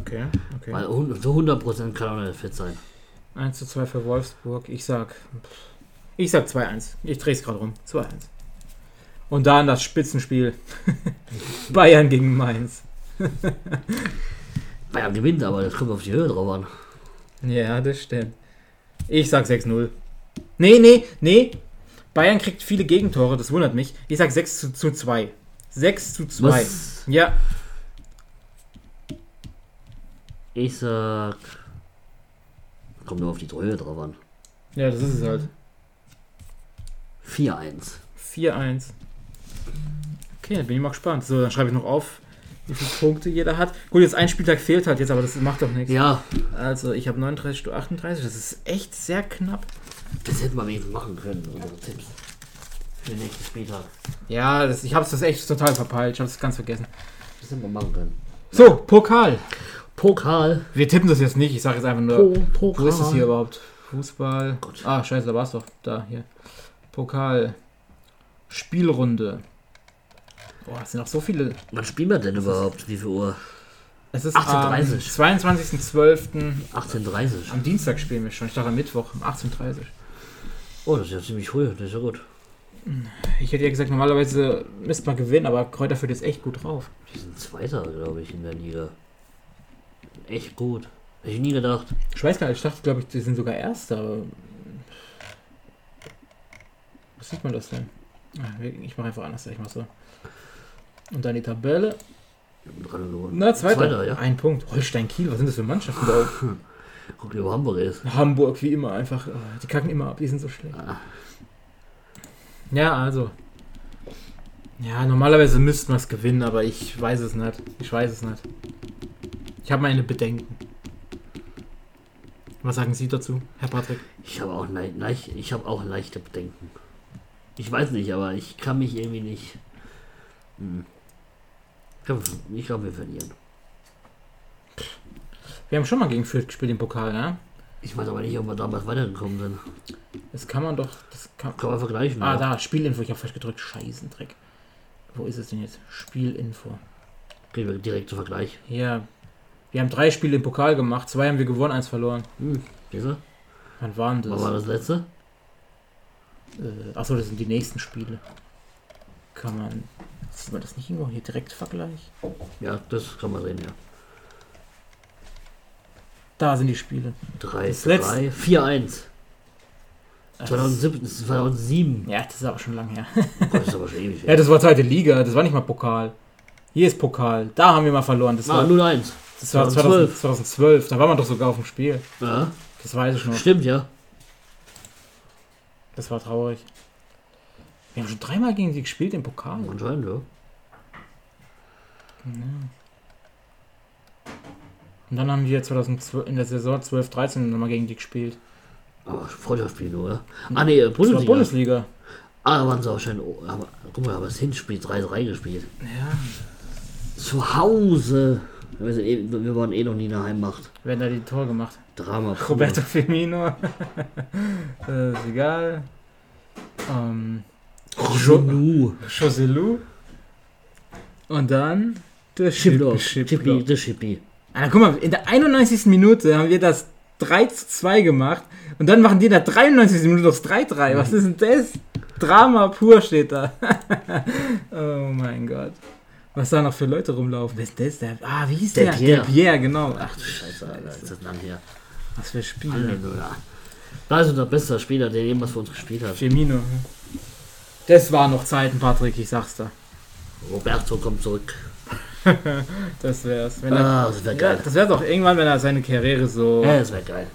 A: Okay, okay.
B: Weil hun- so 100% kann er nicht fit sein.
A: 1 zu 2 für Wolfsburg. Ich sag. pff, Ich sag 2-1. Ich dreh's gerade rum. 2-1. Und dann das Spitzenspiel. Bayern gegen Mainz.
B: Bayern gewinnt, aber das kommt auf die Höhe drauf an.
A: Ja, das stimmt. Ich sag 6-0. Nee, nee, nee. Bayern kriegt viele Gegentore, das wundert mich. Ich sag 6 zu, zu 2. 6 zu 2.
B: Was?
A: Ja,
B: Ich sag. Kommt nur auf die Höhe drauf an.
A: ja, das ist es halt.
B: 4-1.
A: 4-1. Okay, dann bin ich mal gespannt. So, dann schreibe ich noch auf, wie viele Punkte jeder hat. Gut, jetzt ein Spieltag fehlt halt jetzt, aber das macht doch nichts.
B: Ja,
A: Also, ich habe 39 zu 38. Das ist echt sehr knapp.
B: das hätten wir wenigstens machen können, unsere Tipps. Für den nächsten Spieltag.
A: Ja, das, ich habe es das echt total verpeilt. Ich habe es ganz vergessen.
B: Das hätten wir machen können.
A: So, Pokal.
B: Pokal.
A: Wir tippen das jetzt nicht. Ich sage jetzt einfach nur.
B: Po, Pokal.
A: Wo ist es hier überhaupt? Fußball.
B: Gott.
A: Ah, scheiße, da war es doch. Da, hier. Pokal. Spielrunde. Boah, es sind noch so viele.
B: Wann spielen wir denn überhaupt? Wie viel Uhr?
A: Es ist
B: 18.30.
A: am 22.12.
B: 18.30 Uhr.
A: Am Dienstag spielen wir schon. Ich dachte am Mittwoch, um 18.30 Uhr.
B: Oh, das ist ja ziemlich früh. Das ist ja gut.
A: Ich hätte ja gesagt, normalerweise müsste man gewinnen, aber Kräuter führt jetzt echt gut drauf.
B: Die sind Zweiter, glaube ich, in der Liga. Echt gut. Hätte ich nie gedacht.
A: Ich weiß gar nicht, ich dachte, glaube ich, die sind sogar Erster, aber. Was sieht man das denn? Ah, Ich mache einfach anders, ich mache so. Und dann die Tabelle.
B: Dran gewonnen.
A: Na, zweiter.
B: ja.
A: Ein Punkt. Holstein-Kiel, was sind das für Mannschaften da oben?
B: Guck dir, wo Hamburg ist.
A: Hamburg, wie immer, einfach. ah, Die kacken immer ab, die sind so schlecht.
B: Ah.
A: Ja, also. Ja, normalerweise müsste man es gewinnen, aber ich weiß es nicht. Ich weiß es nicht. Ich habe meine Bedenken. Was sagen Sie dazu, Herr Patrick?
B: Ich habe auch, lei- leicht- ich habe auch leichte Bedenken. Ich weiß nicht, aber ich kann mich irgendwie nicht. Hm. Ich glaube, ich glaub, wir verlieren.
A: Wir haben schon mal gegen Fürth gespielt im Pokal, ne?
B: Ich weiß aber nicht, ob wir damals weitergekommen sind.
A: Das kann man doch. Das kann,
B: Kann man vergleichen.
A: ah,
B: ja.
A: da, Spielinfo. Ich habe falsch gedrückt. Scheißendreck. Wo ist es denn jetzt? Spielinfo.
B: Gehen wir direkt zum Vergleich.
A: Ja. Wir haben drei Spiele im Pokal gemacht. Zwei haben wir gewonnen, eins verloren.
B: Hm, siehst du?
A: Wann waren
B: Was war
A: das?
B: das letzte?
A: Äh, achso, das sind die nächsten Spiele. Kann man. Sieht man das nicht irgendwo hier direkt Vergleich?
B: Ja, das kann man sehen, ja.
A: Da sind die Spiele.
B: 3,
A: Das letzte-
B: 3, 4, 1.
A: Ah, das-
B: 2007, das ist 2007.
A: Ja, das ist aber schon lange her.
B: Oh Gott, das ist aber schon ewig.
A: Ja,
B: her.
A: das war zweite Liga, das war nicht mal Pokal. Hier ist Pokal, da haben wir mal verloren. Das
B: Ah,
A: war,
B: 0, 1.
A: das war 2012.
B: 2012.
A: 2012, da war man doch sogar auf dem Spiel.
B: Ja,
A: Das weiß ich noch.
B: stimmt, ja.
A: Das war traurig. Wir haben schon dreimal gegen sie gespielt im Pokal.
B: Anscheinend, ja.
A: Und dann haben wir 2012, in der Saison 12, 13 nochmal gegen die gespielt.
B: Aber Freundschaftsspiel nur, oder? Ah, nee,
A: Das war
B: Bundesliga.
A: Bundesliga.
B: Ah, da waren sie auch schon. Oh, aber, guck mal, aber das Hinspiel 3-3 gespielt.
A: Ja.
B: Zu Hause. Wir, sind eh, wir waren eh noch nie in der Heimmacht.
A: Wer hat da die Tor gemacht?
B: Drama. pur.
A: Roberto Firmino. äh, ist egal. Ähm,
B: Oh, Jonu.
A: José Lu. Und dann der
B: Schippi,
A: Schippi.
B: Schippi,
A: Schippi.
B: der Schippi.
A: Alter, Ah, guck mal, in der 91. Minute haben wir das 3 zu 2 gemacht und dann machen die in der 93. Minute das 3-3. Was ist denn das? Drama pur steht da. oh mein Gott. Was da noch für Leute rumlaufen. Wer ist das? Der, ah, wie hieß
B: Der
A: der?
B: Pierre.
A: Der Pierre, genau. Ach, du Sch-
B: Scheiße, Alter, ist das lang her.
A: was für Spiele.
B: Halleluja. Da ist unser bester Spieler, der jemals für uns gespielt hat.
A: Firmino. ne? Das waren noch Zeiten, Patrick, ich sag's da.
B: Roberto kommt zurück.
A: Das wär's. Wenn er,
B: Ah, das wäre
A: ja,
B: geil. Äh,
A: das wär's auch irgendwann, wenn er seine Karriere so.
B: Ja, das wäre geil.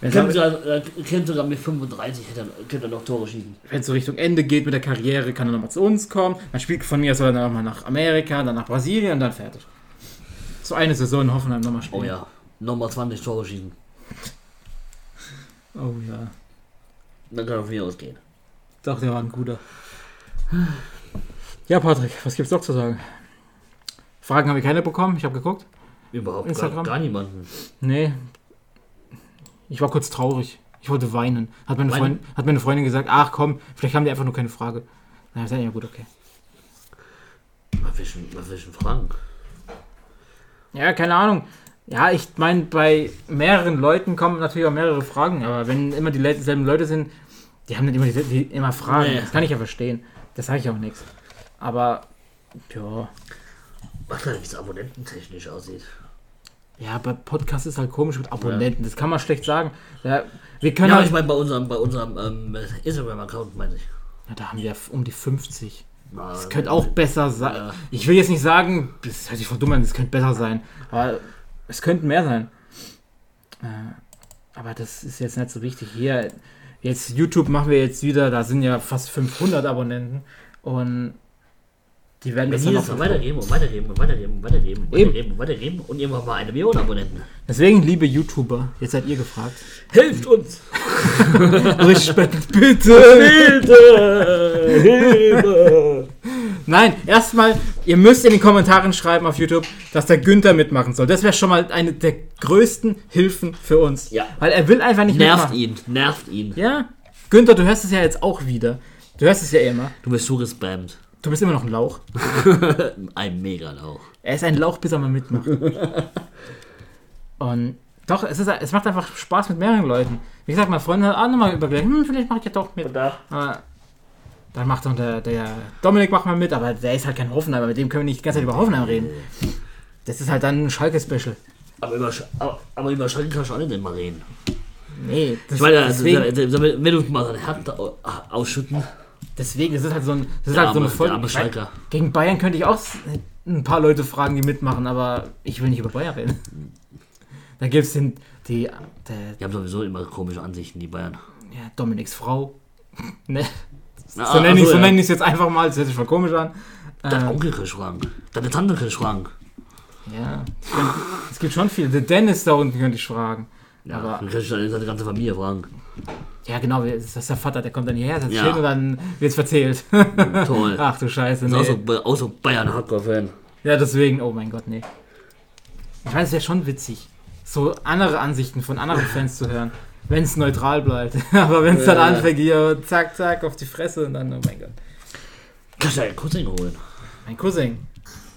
A: Wenn
B: Kennt
A: es
B: sogar, äh, kennt sogar mit 35 hätte er, könnte er noch Tore schießen.
A: wenn es so Richtung Ende geht mit der Karriere, kann er nochmal zu uns kommen. Man spielt von mir aus dann nochmal nach Amerika, dann nach Brasilien und dann fertig. So eine Saison in Hoffenheim nochmal spielen.
B: Oh ja, nochmal 20 Tore schießen.
A: Oh ja.
B: Dann kann er von mir ausgehen.
A: Doch, der war ein guter. Ja, Patrick, was gibt's noch zu sagen? Fragen haben wir keine bekommen, ich habe geguckt.
B: Überhaupt gar,
A: Instagram?
B: gar niemanden.
A: Nee. Ich war kurz traurig. Ich wollte weinen. Hat meine,
B: Weinen?
A: Freundin, hat meine Freundin gesagt, ach komm, vielleicht haben die einfach nur keine Frage. Na, ist ja gut, okay.
B: Was will ich denn- was will ich denn fragen?
A: Ja, keine Ahnung. Ja, ich meine, bei mehreren Leuten kommen natürlich auch mehrere Fragen, aber wenn immer die Le- selben Leute sind, die haben dann immer, diesel- die, immer Fragen.
B: Ja.
A: Das kann ich ja verstehen. Das sage ich auch nichts. Aber, ja.
B: Was halt, wie es abonnententechnisch aussieht.
A: Ja, bei Podcast ist halt komisch mit Abonnenten. Das kann man schlecht sagen. Ja, wir können
B: Ja, aber
A: halt,
B: ich meine bei unserem, bei unserem ähm, Instagram-Account, meine ich.
A: ja, da haben wir f- um die 50.
B: Na,
A: Das könnte auch besser sein.
B: Ja.
A: Ich will jetzt nicht sagen, das hört sich voll dumm an, das könnte besser sein. Aber es könnten mehr sein. Äh, aber das ist jetzt nicht so wichtig. Hier, jetzt YouTube machen wir jetzt wieder, da sind ja fast 500 Abonnenten. Und die werden
B: Wenn
A: das
B: die
A: dann
B: das
A: noch
B: noch weitergeben und weitergeben und weitergeben und weitergeben und
A: Eben.
B: weitergeben und weitergeben und irgendwann mal eine Million Abonnenten.
A: Deswegen, liebe YouTuber, jetzt seid ihr gefragt.
B: Helft uns!
A: Euch spenden, bitte!
B: Hilfe! Hilfe!
A: Nein, erstmal, ihr müsst in den Kommentaren schreiben auf YouTube, dass der Günther mitmachen soll. Das wäre schon mal eine der größten Hilfen für uns.
B: Ja.
A: Weil er will einfach nicht
B: Nervt
A: mitmachen.
B: ihn, nervt ihn.
A: Ja, Günther, du hörst es ja jetzt auch wieder. Du hörst es ja immer.
B: Du bist so gespammt.
A: Du bist immer noch ein Lauch.
B: Ein Mega-Lauch.
A: Er ist ein Lauch, bis er mal mitmacht. Und doch, es, ist, es macht einfach Spaß mit mehreren Leuten. Wie gesagt, meine Freundin hat auch nochmal überlegt, hm, vielleicht mache ich ja doch mit. Aber dann macht doch der, der Dominik macht mal mit, aber der ist halt kein Hoffenheimer, mit dem können wir nicht die ganze Zeit über Hoffenheim reden. Das ist halt dann ein Schalke-Special.
B: Aber über, Sch- aber, aber über Schalke kannst du auch nicht immer reden.
A: Nee, das,
B: Ich meine, also,
A: deswegen,
B: wenn wenn du mal dein Herz au- ausschütten,
A: deswegen, das ist halt so, ein, das ist
B: der
A: halt so eine
B: arme,
A: Folge.
B: der arme
A: Ich mein,
B: Schalker.
A: Gegen Bayern könnte ich auch s- ein paar Leute fragen, die mitmachen, aber ich will nicht über Bayern reden. Da gibt es den die, der,
B: Die haben sowieso immer komische Ansichten, die Bayern.
A: ja, Dominiks Frau. ne? So
B: Ah,
A: nenne ich
B: ach
A: so
B: ja.
A: nenn ich's jetzt einfach mal, das hört sich voll komisch an.
B: Dein
A: Äh,
B: Onkel kann schwank. Deine Tante kann schwank.
A: Ähm, ja, es gibt- es gibt schon viele. Der Dennis da unten könnte ich fragen.
B: Ja,
A: Aber-
B: dann kannst du deine deine ganze Familie fragen.
A: Ja, genau, wir- das ist der Vater, der kommt dann hierher, setzt
B: Ja.
A: hin und dann wird's verzählt.
B: Toll.
A: Ach du Scheiße,
B: Ist
A: Ah, nee.
B: Auch so, Ba- auch so Bayern-Hardcore-Fan.
A: Ja, deswegen, oh mein Gott, nee. Ich meine, es wäre schon witzig. Es so andere Ansichten von anderen Fans zu hören. Wenn es neutral bleibt. Aber wenn es dann
B: Ja.
A: anfängt, hier zack, zack, auf die Fresse und dann, oh mein Gott.
B: Kannst du ja kurz holen.
A: Mein Cousin.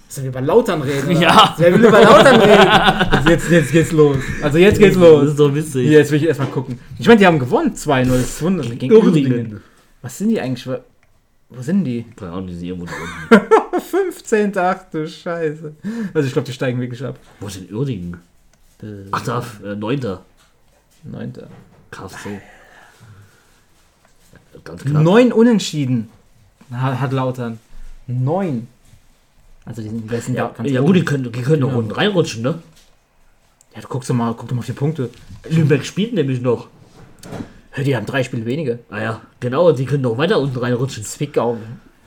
A: Sollen wir über Lautern reden? Oder?
B: Ja.
A: Wer will über Lautern reden? Jetzt, jetzt geht's los. Also jetzt geht's
B: Das
A: los.
B: ist doch witzig.
A: Hier, jetzt will ich erstmal gucken. Ich meine, die haben gewonnen 2-0. Das wundert mich. Gegen Uerdingen. Was sind die eigentlich? Wa- Wo sind die?
B: Keine Ahnung, die sind irgendwo da unten.
A: 15. Ach du Scheiße. Also ich glaube, die steigen wirklich ab.
B: Wo ist denn Uerdingen? Ach, da, äh, 9.
A: 9.
B: KFC. Ganz knapp.
A: Neun Unentschieden hat, hat Lautern. Neun. Also die sind, die sind
B: ja,
A: da ganz
B: ja
A: oben.
B: gut, die können, die können noch
A: Genau.
B: unten reinrutschen, ne?
A: Ja, du guckst doch mal, guck doch mal auf die Punkte.
B: Lübeck spielt nämlich noch.
A: Hör, die haben drei Spiele weniger.
B: Ah ja, genau, die können noch weiter unten reinrutschen.
A: Zwickau.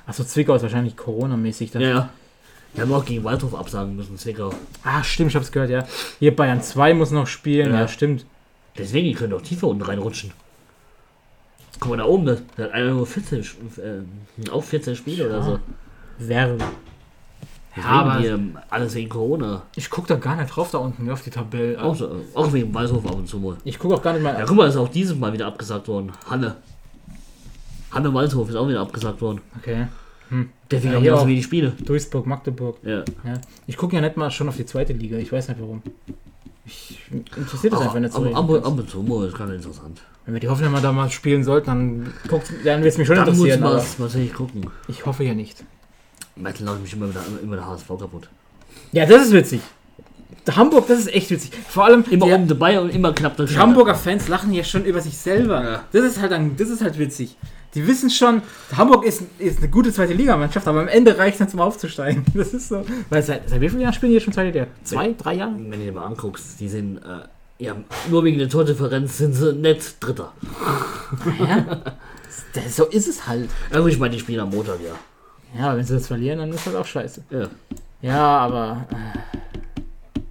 A: Achso, Zwickau ist wahrscheinlich Corona-mäßig. da.
B: Ja, ja. Wir haben auch gegen Waldhof absagen müssen, Zwickau.
A: Ah, stimmt, ich hab's gehört, ja. Hier Bayern 2 muss noch spielen. Ja,
B: Ja.
A: stimmt.
B: Deswegen, die können auch tiefer unten reinrutschen. Guck mal da oben, ne? da hat einer nur 14, Sp- äh, auch 14 Spiele oder so.
A: Werl. Ja,
B: Deswegen,
A: aber
B: die, ähm, alles wegen Corona.
A: ich guck da gar nicht drauf da unten, ja, auf die Tabelle.
B: Auch, so, äh, auch wegen Waldhof ab und zu mal.
A: Ich guck auch gar nicht mal.
B: Ja, guck mal, ist auch dieses Mal wieder abgesagt worden. Hanne. Hanne Waldhof ist auch wieder abgesagt worden.
A: Okay.
B: Deswegen
A: Ja,
B: haben
A: hier
B: wir auch so
A: auch.
B: wenig Spiele.
A: Duisburg, Magdeburg.
B: Ja.
A: Ja. Ich gucke ja nicht mal schon auf die zweite Liga. Ich weiß nicht warum. Ich, mich interessiert das
B: Aber
A: einfach nicht so.
B: ab, ab,
A: richtig.
B: ab und zu mal ist ganz interessant.
A: Wenn wir die Hoffenheimer da mal spielen sollten, dann, guckt's- dann wird es mich schon
B: Dann muss
A: interessieren.
B: man
A: Aber
B: tatsächlich gucken.
A: ich hoffe ja nicht.
B: Metal macht mich immer, wieder, immer der HSV kaputt.
A: Ja, das ist witzig. Hamburg, das ist echt witzig. Vor allem
B: Immer um
A: die,
B: oben dabei und immer knapp
A: die
B: dazwischen.
A: Hamburger Fans lachen ja schon über sich selber.
B: Ja.
A: Das ist halt dann, das ist halt witzig. Die wissen schon, Hamburg ist, ist eine gute zweite Ligamannschaft, aber am Ende reicht es dann zum Aufzusteigen. Das ist so. Weil seit, seit wie vielen Jahren spielen die jetzt schon zweite Liga? Zwei, drei Jahre?
B: Wenn du dir mal anguckst, die sind äh, ja, nur wegen der Tordifferenz sind sie nett Dritter.
A: Das, so ist es halt.
B: Aber Also ich meine, die spielen am Montag, ja.
A: Ja, aber wenn sie das verlieren, dann ist das auch scheiße.
B: Ja,
A: Ja, aber. Äh,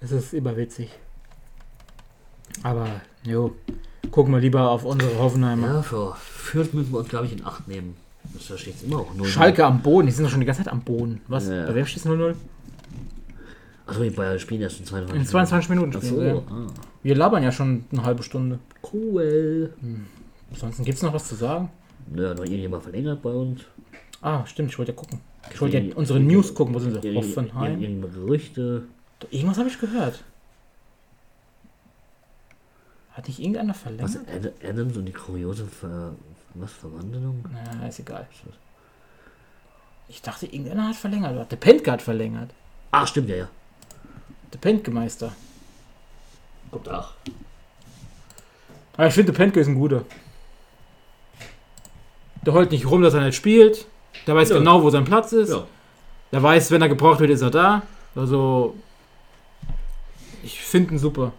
A: es ist immer witzig. Aber, jo. Gucken wir lieber auf unsere Hoffenheimer.
B: ja für Fürth müssen wir uns, glaube ich, in Acht nehmen. Da steht immer auch 0.
A: Schalke am Boden, die sind doch schon die ganze Zeit am Boden. Was?
B: Ja.
A: Bei wem steht 0-0?
B: Achso, die Bayern spielen erst in 22
A: In 22 Minuten spielen
B: Achso,
A: wir.
B: ah,
A: Wir labern ja schon eine halbe Stunde. Hm.
B: cool.
A: Ansonsten gibt es noch was zu sagen?
B: Ja, noch irgendjemand verlängert bei uns.
A: Ah, stimmt, ich wollte ja gucken. Ich wollte ja unsere News gucken, wo sind sie? Hoffenheim?
B: Irgendwelche Gerüchte.
A: Irgendwas habe ich gehört. Hat nicht irgendeiner verlängert?
B: Was? Ad- Adams und die kuriose Ver was, Verwandlung?
A: Na, ist egal. Ich dachte, irgendeiner hat verlängert. Der Pentke hat verlängert.
B: Ach, Ah, stimmt, ja, ja.
A: Der Pentke-Meister.
B: Guckt, ach.
A: Aber ich finde, der Pentke ist ein guter. Der heult nicht rum, dass er nicht spielt. Der weiß
B: Ja.
A: genau, wo sein Platz ist.
B: Ja.
A: Der weiß, wenn er gebraucht wird, ist er da. Also, ich finde ihn super.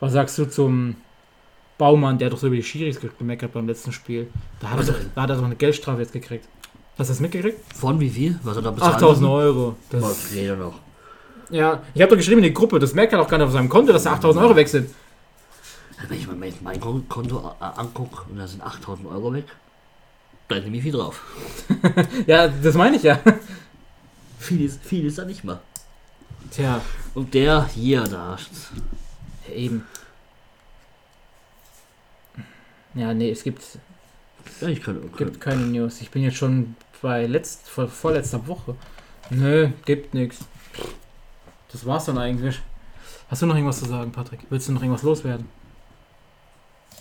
A: Was sagst du zum Baumann, der doch so über die Schiris ge- gemeckert beim letzten Spiel? Da hat, er, doch- da hat er doch eine Geldstrafe jetzt gekriegt. Hast du das mitgekriegt?
B: Von wie viel? Was hat er bezahlt?
A: 8000 Euro. Das
B: Das jeder noch.
A: Ja, ich habe doch geschrieben in die Gruppe, das merkt er doch gar nicht auf seinem Konto, dass er 8000 Euro weg sind.
B: Also wenn ich mir jetzt mein Kon- Konto äh, angucke und da sind 8000 Euro weg, da ist nämlich viel drauf.
A: Ja, das meine ich ja.
B: Viel ist, viel ist da nicht mal.
A: Tja,
B: Und der hier, da.
A: eben. Ja, nee, es gibt,
B: Ja, ich kann. Okay.
A: gibt keine News. Ich bin jetzt schon bei letzt, vor, vorletzter Woche. Nö, gibt nichts. Das war's dann eigentlich. Hast du noch irgendwas zu sagen, Patrick? Willst du noch irgendwas loswerden?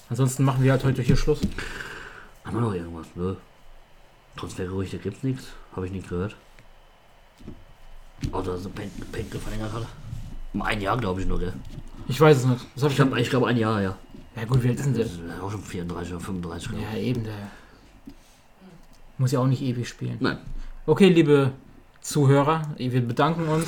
A: Ansonsten machen wir halt heute hier Schluss.
B: Haben wir noch irgendwas? Nö. Trotz der Gerüchte gibt's nichts. Habe ich nicht gehört. Oh, Außer dass er Pen- Penke verlängert hat. Um ein Jahr, glaube ich, nur, gell?
A: Ich weiß es nicht. Das hab ich
B: Ich, hab- ich glaube, ein Jahr, ja.
A: ja gut, wie alt ist denn der?
B: Das ist auch schon 34 oder 35, glaube
A: Ja, eben, der muss ja auch nicht ewig spielen.
B: Nein.
A: Okay, liebe Zuhörer, wir bedanken uns.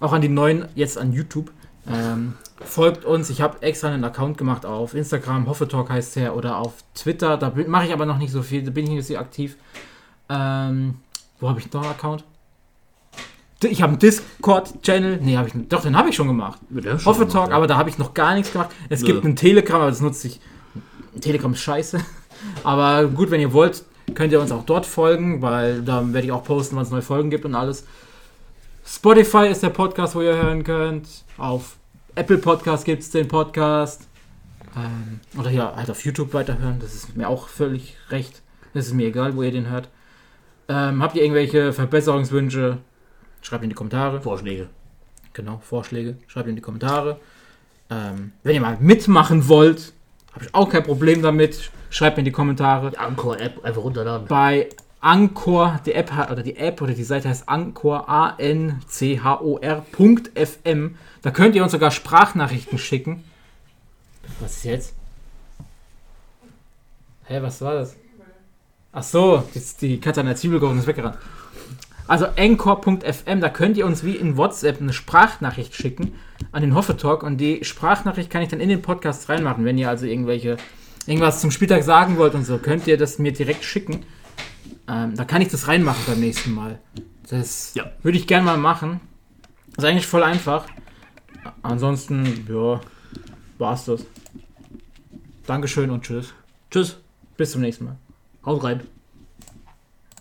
A: Auch an die neuen jetzt an YouTube. Ähm, folgt uns. Ich habe extra einen Account gemacht auf Instagram, Hoffetalk heißt der, oder auf Twitter. Da bin- mache ich aber noch nicht so viel. Da bin ich nicht so aktiv. Ähm, wo habe ich noch einen Account? Di- Ich habe einen Discord-Channel. Nee, habe ich nicht. Doch, den habe ich schon gemacht.
B: Mit der schon
A: Hoffetalk,
B: gemacht, ja.
A: aber da habe ich noch gar nichts gemacht. Es
B: Nö.
A: gibt einen Telegram, aber das nutze ich. Telegram ist scheiße. Aber gut, wenn ihr wollt, Könnt ihr uns auch dort folgen, weil da werde ich auch posten, wann es neue Folgen gibt und alles. Spotify ist der Podcast, wo ihr hören könnt. Auf Apple Podcast gibt es den Podcast. Ähm, oder ja, halt auf YouTube weiterhören. Das ist mir auch völlig recht. Das ist mir egal, wo ihr den hört. Ähm, habt ihr irgendwelche Verbesserungswünsche? Schreibt in die Kommentare.
B: Vorschläge.
A: Genau, Vorschläge. Schreibt in die Kommentare. Ähm, wenn ihr mal mitmachen wollt, habe ich auch kein Problem damit. Schreibt mir in die Kommentare.
B: Die Anchor-App einfach runterladen.
A: Äh, Bei Anchor, die App hat- oder die App oder die Seite heißt Anchor A N C H O R Punkt FM. Da könnt ihr uns sogar Sprachnachrichten schicken. Was ist jetzt? Hä, was war das? Ach so, jetzt die Katze an der Zwiebel gerochen, ist weggerannt. Also anchor.fm, da könnt ihr uns wie in WhatsApp eine Sprachnachricht schicken an den Hoffetalk und die Sprachnachricht kann ich dann in den Podcast reinmachen. Wenn ihr also irgendwelche irgendwas zum Spieltag sagen wollt und so, könnt ihr das mir direkt schicken. Ähm, da kann ich das reinmachen beim nächsten Mal. Das
B: Ja.
A: würde ich gerne mal machen. Ist eigentlich voll einfach. Ansonsten, ja, war's das. Dankeschön und tschüss.
B: Tschüss.
A: Bis zum nächsten Mal.
B: Haut rein.